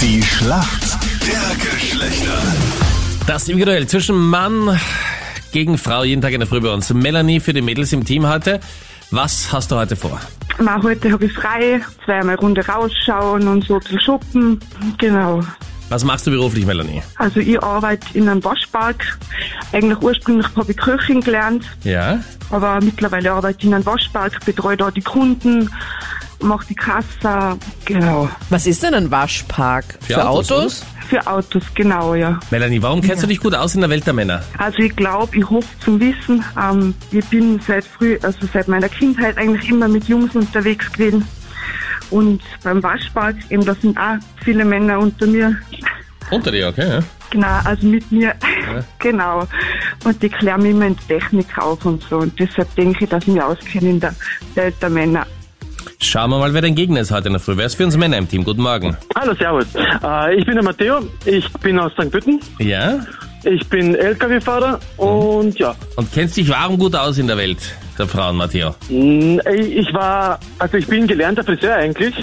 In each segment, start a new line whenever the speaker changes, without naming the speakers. Die Schlacht der Geschlechter.
Das im Duell zwischen Mann gegen Frau jeden Tag in der Früh bei uns. Melanie für die Mädels im Team heute. Was hast du heute vor?
Ma, heute habe ich frei, zweimal Runde rausschauen und so zu shoppen. Genau.
Was machst du beruflich, Melanie?
Also ich arbeite in einem Waschpark. Eigentlich ursprünglich habe ich Köchin gelernt,
Ja.
aber mittlerweile arbeite ich in einem Waschpark, betreue da die Kunden, mache die Kasse. Genau.
Was ist denn ein Waschpark? Für,
Autos,
Autos?
Für Autos, genau, ja.
Melanie, warum kennst du dich gut aus in der Welt der Männer?
Also ich glaube, ich hoffe zum Wissen, ähm, ich bin seit früh, also seit meiner Kindheit eigentlich immer mit Jungs unterwegs gewesen. Und beim Waschpark, eben da sind auch viele Männer unter mir.
Unter dir, okay. Ja.
Genau, also mit mir. genau. Und die klären mich immer in Technik auf und so. Und deshalb denke ich, dass ich mich auskenne in der Welt der Männer.
Schauen wir mal, wer dein Gegner ist heute in der Früh. Wer ist für uns Männer im Team? Guten Morgen.
Hallo, servus. Äh, ich bin der Matteo, ich bin aus St. Pütten,
Ja?
ich bin LKW-Fahrer und ja,
Und kennst dich warum gut aus in der Welt der Frauen, Matteo?
mh, Mm, ich war, also ich bin gelernter Friseur eigentlich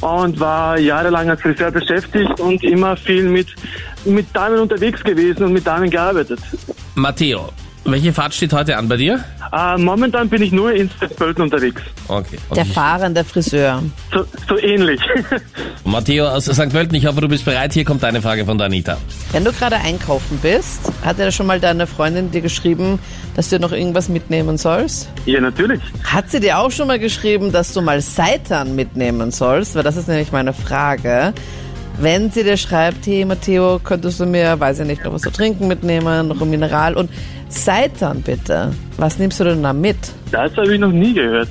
und war jahrelang als Friseur beschäftigt und immer viel mit, mit Damen unterwegs gewesen und mit Damen gearbeitet.
Matteo, welche Fahrt steht heute an bei dir?
Äh, momentan bin ich nur in St. unterwegs.
Okay. Und
Der
ich-
fahrende Friseur.
So, so ähnlich.
Matteo aus St. Pölten, ich hoffe, du bist bereit. Hier kommt deine Frage von der Anita.
Wenn du gerade einkaufen bist, hat ja schon mal deine Freundin dir geschrieben, dass du noch irgendwas mitnehmen sollst?
ja, natürlich.
Hat sie dir auch schon mal geschrieben, dass du mal Seitan mitnehmen sollst? Weil das ist nämlich meine Frage. Wenn sie dir schreibt, hey Matteo, könntest du mir, weiß ich nicht, noch was zu trinken mitnehmen, noch ein Mineral und Seitan bitte. Was nimmst du denn da mit?
Das habe ich noch nie gehört.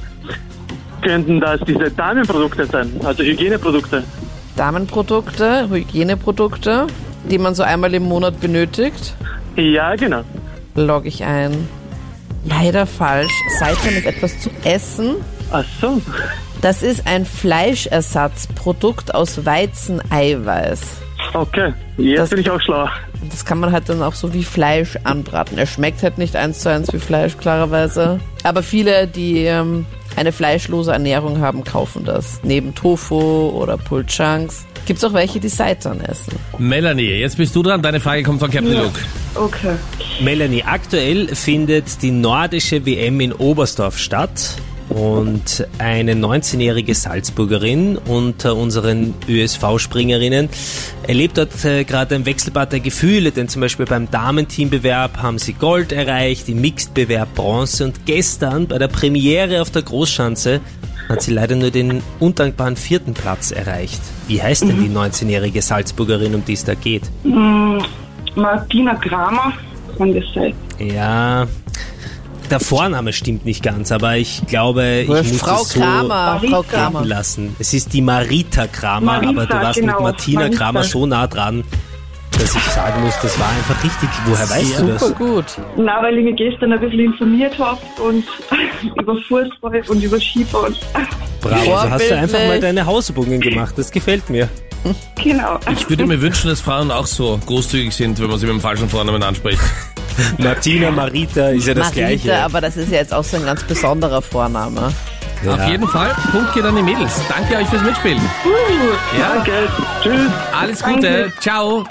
Könnten das diese Damenprodukte sein, also Hygieneprodukte?
Damenprodukte, Hygieneprodukte, die man so einmal im Monat benötigt?
Ja, genau.
logge ich ein. Leider falsch. Seitan ist etwas zu essen.
Ach so.
Das ist ein Fleischersatzprodukt aus Weizeneiweiß.
Okay, jetzt
Das-
bin ich auch schlauer.
Und Das kann man halt dann auch so wie Fleisch anbraten. Er schmeckt halt nicht eins zu eins wie Fleisch, klarerweise. Aber viele, die ähm, eine fleischlose Ernährung haben, kaufen das. Neben Tofu oder Pulled Chunks. Gibt's auch welche, die Seitan essen.
Melanie, jetzt bist du dran. Deine Frage kommt von Captain Luke.
Okay.
Melanie, aktuell findet die nordische WM in Oberstdorf statt und eine 19-jährige Salzburgerin unter unseren ÖSV-Springerinnen erlebt dort äh, gerade ein Wechselbad der Gefühle, denn zum Beispiel beim Damenteambewerb haben sie Gold erreicht, im Mixed-Bewerb Bronze und gestern bei der Premiere auf der Großschanze hat sie leider nur den undankbaren vierten Platz erreicht. Wie heißt denn die 19-jährige Salzburgerin, um die es da geht?
Martina Kramer kann das sein.
Ja, der Vorname stimmt nicht ganz, aber ich glaube, ich muss
Frau
es so
Kramer, Frau
Marita.
Kramer.
gelten lassen. Es ist die Marita Kramer,
Marita,
aber du warst
genau,
mit Martina
Marita.
Kramer so nah dran, dass ich sagen muss, das war einfach richtig. Woher weißt du das?
Super gut.
Na, weil ich mich gestern ein bisschen informiert habe und über Fußball und über Skifahren.
Bravo, also hast du einfach mal
Vorbildlich.
deine Hausübungen gemacht. Das gefällt mir.
Genau.
Ich würde mir wünschen, dass Frauen auch so großzügig sind, wenn man sie mit dem falschen Vornamen anspricht.
Martina, Marita ist ja das
Marita,
Gleiche.
aber das ist ja jetzt auch so ein ganz besonderer Vorname.
Ja.
Auf jeden Fall, Punkt geht an die Mädels. Danke euch fürs Mitspielen. Ja,
Danke, tschüss.
alles Gute. Ciao.